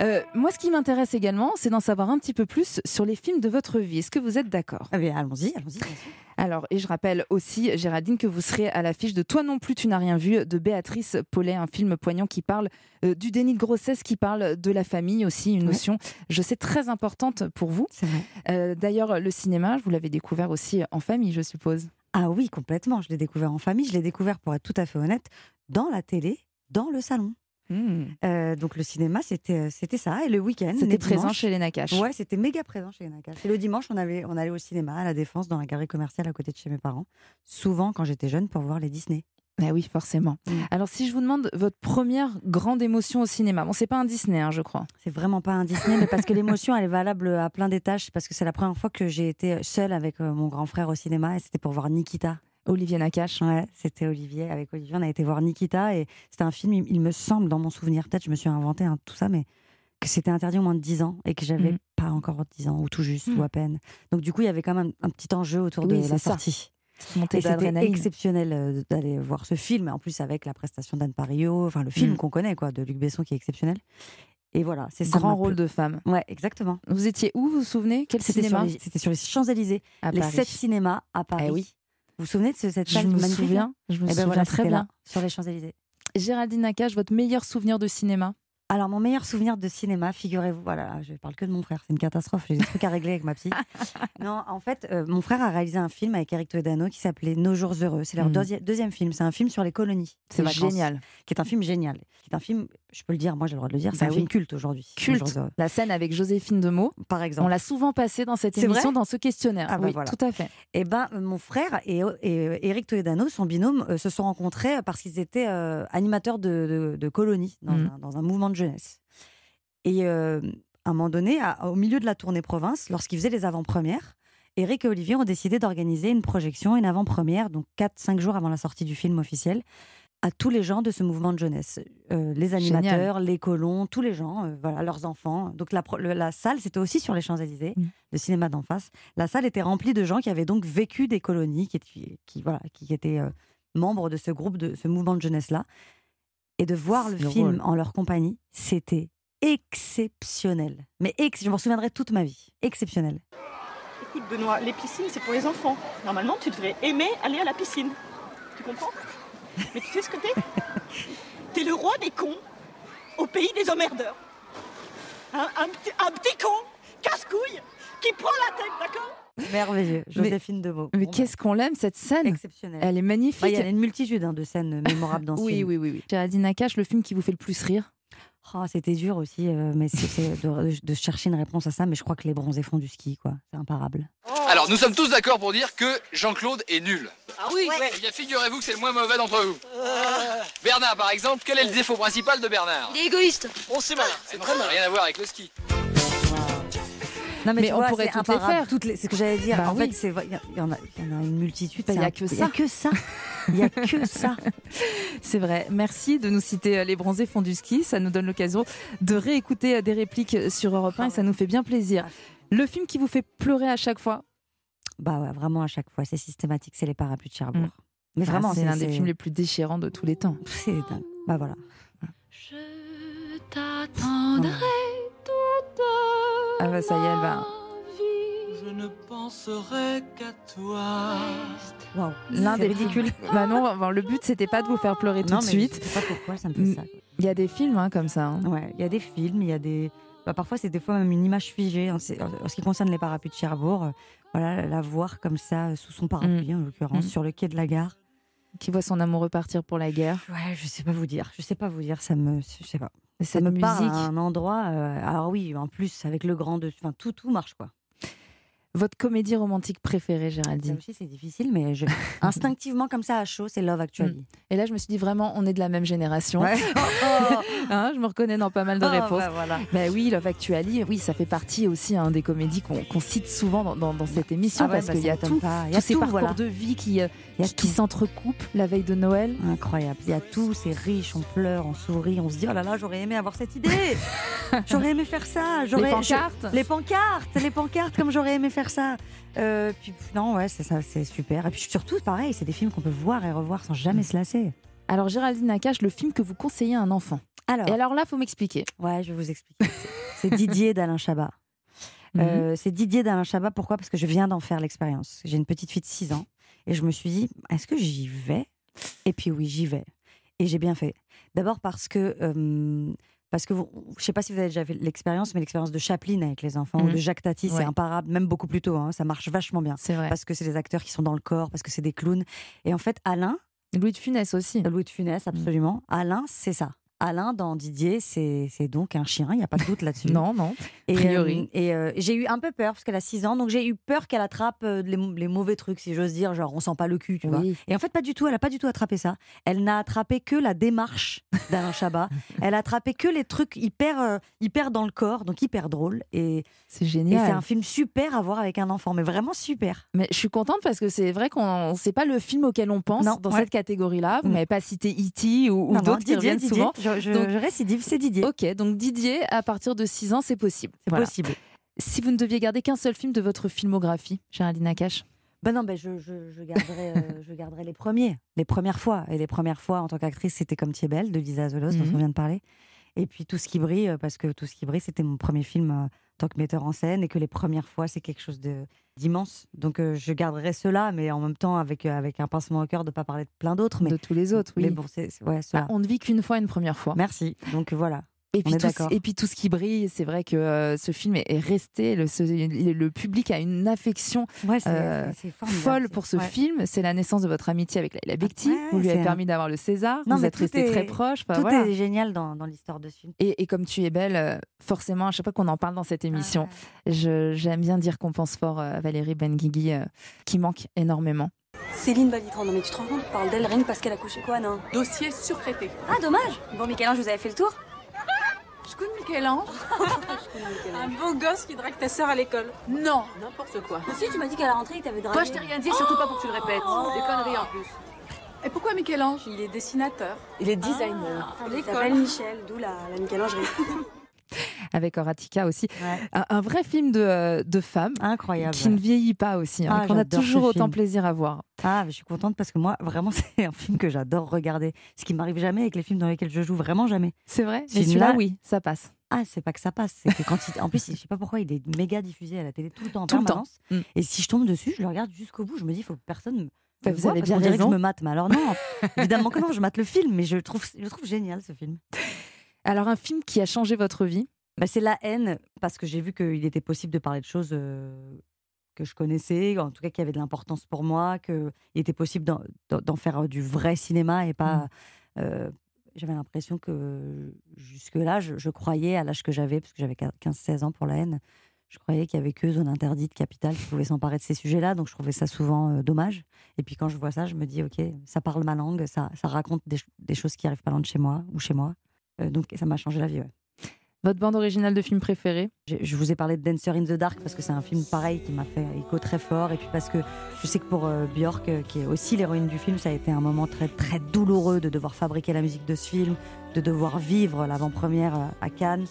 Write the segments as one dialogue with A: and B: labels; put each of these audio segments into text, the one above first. A: Euh, moi, ce qui m'intéresse également, c'est d'en savoir un petit peu plus sur les films de votre vie. Est-ce que vous êtes d'accord
B: Ah, mais allons-y, allons-y. bien sûr.
A: Alors, et je rappelle aussi, Géraldine, que vous serez à l'affiche de Toi non plus, tu n'as rien vu de Béatrice Paulet, un film poignant qui parle euh, du déni de grossesse, qui parle de la famille aussi, une
B: Ouais.
A: notion, je sais, très importante pour vous.
B: C'est vrai.
A: Euh, D'ailleurs, le cinéma, vous l'avez découvert aussi en famille, je suppose.
B: Ah oui, complètement. Je l'ai découvert en famille. Je l'ai découvert, pour être tout à fait honnête, dans la télé, dans le salon. Euh, donc le cinéma, c'était euh, c'était ça. Et le week-end,
A: C'était
B: les
A: présent
B: dimanches-
A: chez les Nakache.
B: Ouais, c'était méga présent chez Yanaka. Et le dimanche, on allait, on allait au cinéma à la Défense, dans la galerie commerciale à côté de chez mes parents. Souvent, quand j'étais jeune, pour voir les Disney.
A: Ah oui, forcément.
B: Mm.
A: Alors, si je vous demande votre première grande émotion au cinéma, bon, c'est pas un Disney, hein, je crois.
B: C'est vraiment pas un Disney, mais parce que l'émotion, elle est valable à plein d'étages. Parce que c'est la première fois que j'ai été seule avec euh, mon grand frère au cinéma, et c'était pour voir Nikita.
A: Olivier Nakache. hein.
B: Ouais, c'était Olivier. Avec Olivier, on a été voir Nikita et c'était un film, il il me semble, dans mon souvenir, peut-être je me suis inventé un- tout ça, mais que c'était interdit au moins de 10 ans et que j'avais
A: Mhm.
B: pas encore 10 ans, ou tout juste,
A: Mhm.
B: ou à peine. Donc du coup, il y avait quand même un, un petit enjeu autour
A: Oui,
B: de
A: c'est
B: la
A: ça.
B: sortie.
A: Montée
B: Et c'était
A: d'adrénaline.
B: exceptionnel euh, d'aller voir ce film, en plus avec la prestation d'Anne Pario, enfin le film
A: Mhm.
B: qu'on connaît, quoi, de Luc Besson qui est exceptionnel. Et voilà, c'est ça.
A: Grand
B: ma
A: rôle
B: plus-
A: de femme.
B: Ouais, exactement.
A: Vous étiez où, vous vous souvenez Quel
B: C'était sur,
A: cinéma
B: les, c'était sur les Champs-Élysées,
A: À
B: les
A: Paris. Eh
B: sept cinémas à Paris.
A: oui.
B: Vous vous souvenez de ce- cette
A: Je
B: salle
A: me
B: magnifique là
A: souviens, je me
B: Eh ben
A: souviens
B: voilà,
A: très
B: c'était
A: bien.
B: là, sur les Champs-Élysées.
A: Géraldine Nakache, votre meilleur souvenir de cinéma
B: Alors, mon meilleur souvenir de cinéma, figurez-vous, voilà, je parle que de mon frère, c'est une catastrophe, j'ai des trucs à régler avec ma psy. Non, en fait, euh, mon frère a réalisé un film avec Eric Toledano qui s'appelait Nos jours heureux. C'est leur
A: Mhm.
B: deuxi- deuxième film, c'est un film sur les colonies.
A: C'est
B: les vacances,
A: génial.
B: Qui est un film génial. Qui est un film, je peux le dire, moi j'ai le droit de le dire, c'est
A: Bah
B: un
A: oui.
B: film culte aujourd'hui. Nos
A: Culte.
B: jours heureux,
A: La scène avec Joséphine Demeaux,
B: par
A: on
B: exemple.
A: l'a souvent passée dans cette
B: C'est vrai
A: émission, dans ce questionnaire.
B: Ah bah
A: oui,
B: voilà.
A: tout à fait.
B: Eh ben, euh, mon frère et, et, euh, Eric Toledano, son binôme, euh, se sont rencontrés parce qu'ils étaient euh, animateurs de, de, de colonies dans,
A: Mhm.
B: un, dans un mouvement de jeunesse. Et euh, à un moment donné, à- au milieu de la tournée province, lorsqu'ils faisaient les avant-premières, Eric et Olivier ont décidé d'organiser une projection, une avant-première, donc 4-5 jours avant la sortie du film officiel, à tous les gens de ce mouvement de jeunesse. Euh, les
A: Génial.
B: animateurs, les colons, tous les gens, euh, voilà, leurs enfants. Donc la, pro- le- la salle, c'était aussi sur les Champs-Élysées,
A: Mhm.
B: le cinéma d'en face. La salle était remplie de gens qui avaient donc vécu des colonies, qui, étaient- qui, voilà, qui étaient euh, membres de ce groupe, de ce mouvement de jeunesse-là. Et de voir le
A: C'est
B: film
A: drôle.
B: en leur compagnie, c'était exceptionnel. Mais ex je m'en souviendrai toute ma vie. Exceptionnel.
C: Écoute Benoît, les piscines c'est pour les enfants. Normalement tu devrais aimer aller à la piscine. Tu comprends Mais tu sais ce que t'es T'es le roi des cons au pays des emmerdeurs. Un, un petit, un petit con, casse-couille, qui prend la tête, d'accord
B: Merveilleux. Joséphine Deveau.
A: Mais
B: Bon,
A: qu'est-ce qu'on l'aime, cette
B: bah,
A: scène
B: Exceptionnel.
A: Elle est magnifique.
B: Bah, Il y a une multitude hein, de scènes mémorables dans ce
A: oui,
B: film.
A: oui, oui, oui. Géraldine Nakache, le film qui vous fait le plus rire
B: Oh, C'était dur aussi euh, mais c'est- c'est de, de chercher une réponse à ça, mais je crois que les bronzés font du ski, quoi. C'est imparable.
D: Alors, nous sommes tous d'accord pour dire que Jean-Claude est nul.
C: Ah oui, ouais.
D: Eh bien, figurez-vous que c'est le moins mauvais d'entre vous. Bernard, par exemple, quel est le défaut principal de Bernard
E: Euh. Il est égoïste.
C: on sait mal.
D: Eh non, Ça n'a rien à voir avec le ski.
B: Non,
A: Mais
B: tu
A: on
B: vois,
A: pourrait
B: c'est
A: toutes les
B: imparable.
A: faire.
B: Toutes les- C'est ce que j'allais dire.
A: Bah
B: en
A: oui.
B: fait, c'est vrai, il y, a- il y en a il y en a une multitude.
A: Bah, il y
B: c'est
A: a
B: un-
A: que
B: Il y
A: ça.
B: a que ça. Il y a que ça.
A: C'est vrai. Merci de nous citer euh, les bronzés font du ski. Ça nous donne l'occasion de réécouter euh, des répliques sur Europe 1 et ça nous fait bien plaisir. Le film qui vous fait pleurer à chaque fois
B: Bah ouais, vraiment à chaque fois, c'est systématique, c'est les parapluies de Cherbourg.
A: Mm.
B: Mais vraiment,
A: Ah, c'est l'un des films les plus déchirants de tous les temps.
B: C'est dingue. Bah voilà.
E: Je t'attendrai toute
A: Ah bah ça y est, elle va.
F: Je ne penserai qu'à toi.
B: Waouh.
A: L'un
B: C'est
A: des
B: ridicule.
A: Bah non, enfin, le but c'était pas de vous faire pleurer tout
B: Non,
A: de
B: mais
A: suite.
B: Je sais pas pourquoi ça me
A: Mm.
B: fait ça.
A: Il y a des films hein, comme ça. hein.
B: Ouais, il y a des films, il y a des. bah, parfois, c'est des fois même une image figée. hein. C'est- En ce qui concerne les parapluies de Cherbourg, euh, voilà, la voir comme ça, euh, sous son parapluie, en l'occurrence,
A: Mm.
B: sur le quai de la gare.
A: Qui voit son amoureux partir pour la guerre.
B: Ouais, je sais pas vous dire. Je sais pas vous dire. Ça me. Je sais pas.
A: Et
B: Ça
A: cette
B: me
A: musique.
B: parle à un endroit. euh, alors oui, en plus, avec le grand dessus. Enfin, tout, tout marche, quoi.
A: Votre comédie romantique préférée,
B: Ça
A: Géraldine.
B: aussi, c'est difficile, mais je- instinctivement, comme ça, à chaud, c'est Love Actually.
A: Et là, je me suis dit vraiment, on est de la même génération.
B: Mm. Ouais. Oh,
A: Hein, je me reconnais dans pas mal de
B: Ah, bah,
A: réponses.
B: voilà.
A: Bah oui, Love Actually, oui, ça fait partie aussi hein, des comédies qu'on qu'on cite souvent dans, dans- dans cette émission
B: Ah ouais,
A: parce
B: bah,
A: qu'il
B: ça
A: y a
B: m'étonne
A: tout.
B: pas. Il y
A: Tous
B: a
A: ces
B: tout,
A: parcours
B: voilà.
A: de vie qui, euh,
B: Il y a
A: qui
B: tout.
A: s'entrecoupent la veille de Noël.
B: Incroyable. Il y a tout, c'est riche, on pleure, on sourit, on se dit oh là là, j'aurais aimé avoir cette idée. j'aurais aimé faire ça.
A: Les
B: J'aurais
A: pancartes.
B: je- les pancartes, les pancartes, comme j'aurais aimé faire ça. Euh, puis pff, non, ouais, c'est ça, c'est super. Et puis surtout, pareil, c'est des films qu'on peut voir Mm. et revoir sans jamais se lasser.
A: Alors, Géraldine Nakache, le film que vous conseillez à un enfant.
B: Alors,
A: Et alors là, faut m'expliquer.
B: ouais, je vais vous expliquer. C'est- C'est Didier d'Alain Chabat.
A: Mhm.
B: Euh, c'est Didier d'Alain Chabat. Pourquoi Parce que je viens d'en faire l'expérience. J'ai une petite fille de 6 ans et je me suis dit, est-ce que j'y vais Et puis oui, j'y vais. Et j'ai bien fait. D'abord parce que, euh, parce que vous, je sais pas si vous avez déjà fait l'expérience, mais l'expérience de Chaplin avec les enfants ou
A: Mhm.
B: de Jacques Tati,
A: Ouais.
B: c'est imparable, même beaucoup plus tôt. hein. ça marche vachement bien.
A: C'est vrai.
B: Parce que c'est des acteurs qui sont dans le corps, parce que c'est des clowns. Et en fait, Alain,
A: Louis de Funès aussi.
B: Louis de
A: Mmh.
B: Funès, absolument. Alain, c'est ça. Alain, dans Didier, c'est c'est donc un chien, il n'y a pas de doute là-dessus.
A: Non, non.
B: Et,
A: priori.
B: euh, et euh, j'ai eu un peu peur parce qu'elle a 6 ans, donc j'ai eu peur qu'elle attrape euh, les, les mauvais trucs, si j'ose dire, genre on sent pas le cul, tu vois. Et en fait, pas du tout, elle a pas du tout attrapé ça. Elle n'a attrapé que la démarche d'Alain Chabat. elle a attrapé que les trucs hyper, euh, hyper dans le corps, donc hyper drôle. Et, et
A: C'est
B: c'est
A: génial.
B: un film super à voir avec un enfant, mais vraiment super.
A: Mais je suis contente parce que c'est vrai qu'on c'est pas le film auquel on pense
B: Non,
A: dans
B: ouais.
A: cette catégorie-là. Vous
B: Mm.
A: m'avez pas cité E.T. ou, ou
B: Non, non,
A: d'autres qui reviennent
B: Didier,
A: souvent.
B: Je, je-
A: Donc-
B: je récidive, c'est Didier.
A: Ok, donc Didier, à partir de 6 ans, c'est possible.
B: C'est
A: Voilà.
B: possible.
A: Si vous ne deviez garder qu'un seul film de votre filmographie, Géraldine Nakache,
B: Ben non, ben je, je, je garderai, euh, je garderai les premiers, les premières fois. Et les premières fois en tant qu'actrice, c'était comme Thiebel de Lisa Zolos, dont
A: Mhm.
B: on vient de parler. Et puis Tout ce qui brille, euh, parce que Tout ce qui brille, c'était mon premier film euh, en tant que metteur en scène et que les premières fois, c'est quelque chose de- d'immense. Donc euh, je garderai cela, mais en même temps, avec, euh, avec un pincement au cœur de ne pas parler de plein d'autres. Mais,
A: de tous les autres, oui.
B: mais bon, c'est c'est- ouais,
A: Ah,
B: cela.
A: on ne vit qu'une fois, une première fois.
B: Merci. Donc voilà.
A: Et puis,
B: est
A: tout,
B: d'accord.
A: et puis tout ce qui brille, c'est vrai que euh, ce film est, est resté. Le, ce- le- le public a une affection
B: Ouais, c'est
A: Euh,
B: c'est- c'est formidable.
A: folle
B: C'est-
A: pour ce
B: ouais. Ah,
A: film. C'est la naissance de votre amitié avec Laila Bekti.
B: Ouais,
A: vous lui avez
B: c'est-
A: permis d'avoir le César.
B: Non,
A: vous
B: mais
A: êtes
B: tout
A: restés
B: est-
A: très proches. Enfin,
B: Tout
A: Bah, voilà.
B: est génial dans, dans l'histoire de ce film.
A: Et, et comme tu es belle, euh, forcément, à chaque fois qu'on en parle dans cette émission,
B: Ah.
A: je- j'aime bien dire qu'on pense fort euh, à Valérie Benguigui, euh, qui manque énormément.
G: Céline Balitran, non mais tu te rends compte, on parle d'elle rien que parce qu'elle a couché quoi, non
H: Dossier surtraité.
G: Ah dommage Bon Michel-Ange, vous avez fait le tour
H: Je connais Michel-Ange. Un beau gosse qui drague ta sœur à l'école. Non, n'importe quoi.
G: Aussi tu m'as dit qu'à la rentrée, il t'avait dragué. Oh.
H: Toi, je t'ai rien dit, surtout pas pour que tu le répètes. Des conneries en plus. Et pourquoi Michel-Ange Il est dessinateur. Il est designer.
G: Ah, Il s'appelle Michel, d'où la, la Michel-Angerie.
A: Avec Horatica aussi.
B: Ah, Ouais.
A: Un, un vrai film de, euh, de femmes
B: Incroyable.
A: qui ne vieillit pas aussi, hein,
B: Ah,
A: qu'on a
B: j'adore ce
A: toujours autant
B: film.
A: plaisir à voir.
B: Ah, mais je suis contente parce que moi, vraiment, c'est un film que j'adore regarder. Ce qui m'arrive jamais avec les films dans lesquels je joue, vraiment jamais.
A: C'est vrai
B: Ce
A: Mais celui-là,
B: film-là-
A: oui, ça passe.
B: Ah, c'est pas que ça passe. C'est que quand il- En plus, je sais pas pourquoi, il est méga diffusé à la télé tout le temps en
A: Tout le temps.
B: permanence.
A: Mm.
B: Et si je tombe dessus, je le regarde jusqu'au bout. Je me dis, faut que personne me.
A: Bah,
B: me
A: vous
B: voie
A: avez
B: parce
A: bien
B: qu'on dirait que
A: raison.
B: je me mate, mais alors non. Évidemment que non, je mate le film, mais je le trouve, je le trouve génial ce film.
A: Alors, un film qui a changé votre vie
B: Bah, c'est la haine parce que j'ai vu qu'il était possible de parler de choses euh, que je connaissais, en tout cas qui avaient de l'importance pour moi, qu'il était possible d'en- d'en d'en faire euh, du vrai cinéma et pas. euh, j'avais l'impression que jusque-là, je, je croyais à l'âge que j'avais, parce que j'avais 15-16 ans pour la haine, je croyais qu'il y avait que zone interdite, capitale qui pouvait s'emparer de ces sujets-là, donc je trouvais ça souvent euh, dommage. Et puis quand je vois ça, je me dis, ok, ça parle ma langue, ça, ça raconte des, ch- des choses qui arrivent pas loin de chez moi ou chez moi. Euh, donc ça m'a changé la vie. ouais.
A: Votre bande originale de film préférée
B: J'ai- Je vous ai parlé de Dancer in the Dark parce que c'est un film pareil qui m'a fait écho très fort. Et puis parce que je sais que pour euh, Björk, euh, qui est aussi l'héroïne du film, ça a été un moment très, très douloureux de devoir fabriquer la musique de ce film, de devoir vivre l'avant-première euh, à Cannes.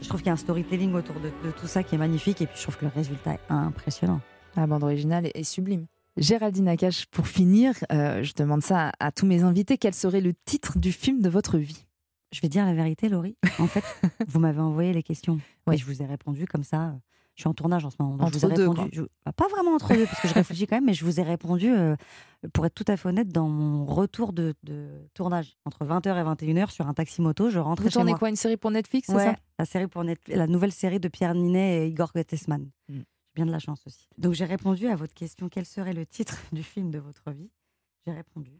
B: Je trouve qu'il y a un storytelling autour de, de tout ça qui est magnifique. Et puis je trouve que le résultat est impressionnant.
A: La bande originale est, est sublime. Géraldine Nakache, pour finir, euh, je demande ça à, à tous mes invités quel serait le titre du film de votre vie
B: Je vais dire la vérité, Laurie. En fait, vous m'avez envoyé les questions.
A: Oui.
B: Et je vous ai répondu comme ça. Je suis en tournage en ce moment. donc je
A: Entre
B: vous ai
A: deux,
B: répondu. je- bah, pas vraiment entre deux, parce que je réfléchis quand même, mais je vous ai répondu, euh, pour être tout à fait honnête, dans mon retour de, de tournage. Entre 20h et 21h, sur un taxi moto, je rentrais
A: Vous
B: chez
A: tournez
B: moi.
A: quoi Une série pour Netflix, c'est
B: Ouais,
A: ça
B: la, série pour Netflix- la nouvelle série de Pierre Ninet et Igor Gottesman.
A: Mm.
B: J'ai bien de la chance aussi. Donc j'ai répondu à votre question quel serait le titre du film de votre vie J'ai répondu.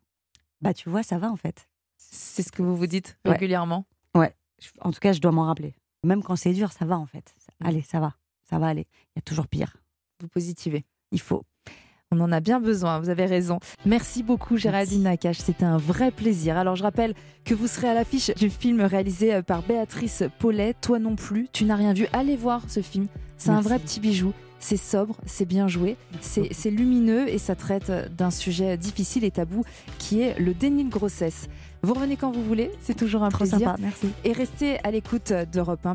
B: Bah, tu vois, ça va en fait.
A: C'est ce que vous vous dites
B: Ouais.
A: régulièrement.
B: Je- En tout cas, je dois m'en rappeler. Même quand c'est dur, ça va en fait. Ça- Allez, ça va. Ça va aller. Il y a toujours pire.
A: Vous positivez.
B: Il faut.
A: On en a bien besoin, vous avez raison. Merci beaucoup Géraldine Nakache, c'était un vrai plaisir. Alors je rappelle que vous serez à l'affiche du film réalisé euh, par Béatrice Paulet, Toi non plus, tu n'as rien vu. Allez voir ce film, c'est un
B: Merci.
A: vrai petit bijou. C'est sobre, c'est bien joué, c'est c'est lumineux et ça traite euh, d'un sujet difficile et tabou qui est le déni de grossesse. Vous revenez quand vous voulez, c'est toujours un
B: Trop
A: plaisir.
B: sympa. Merci.
A: Et restez à l'écoute d'Europe 1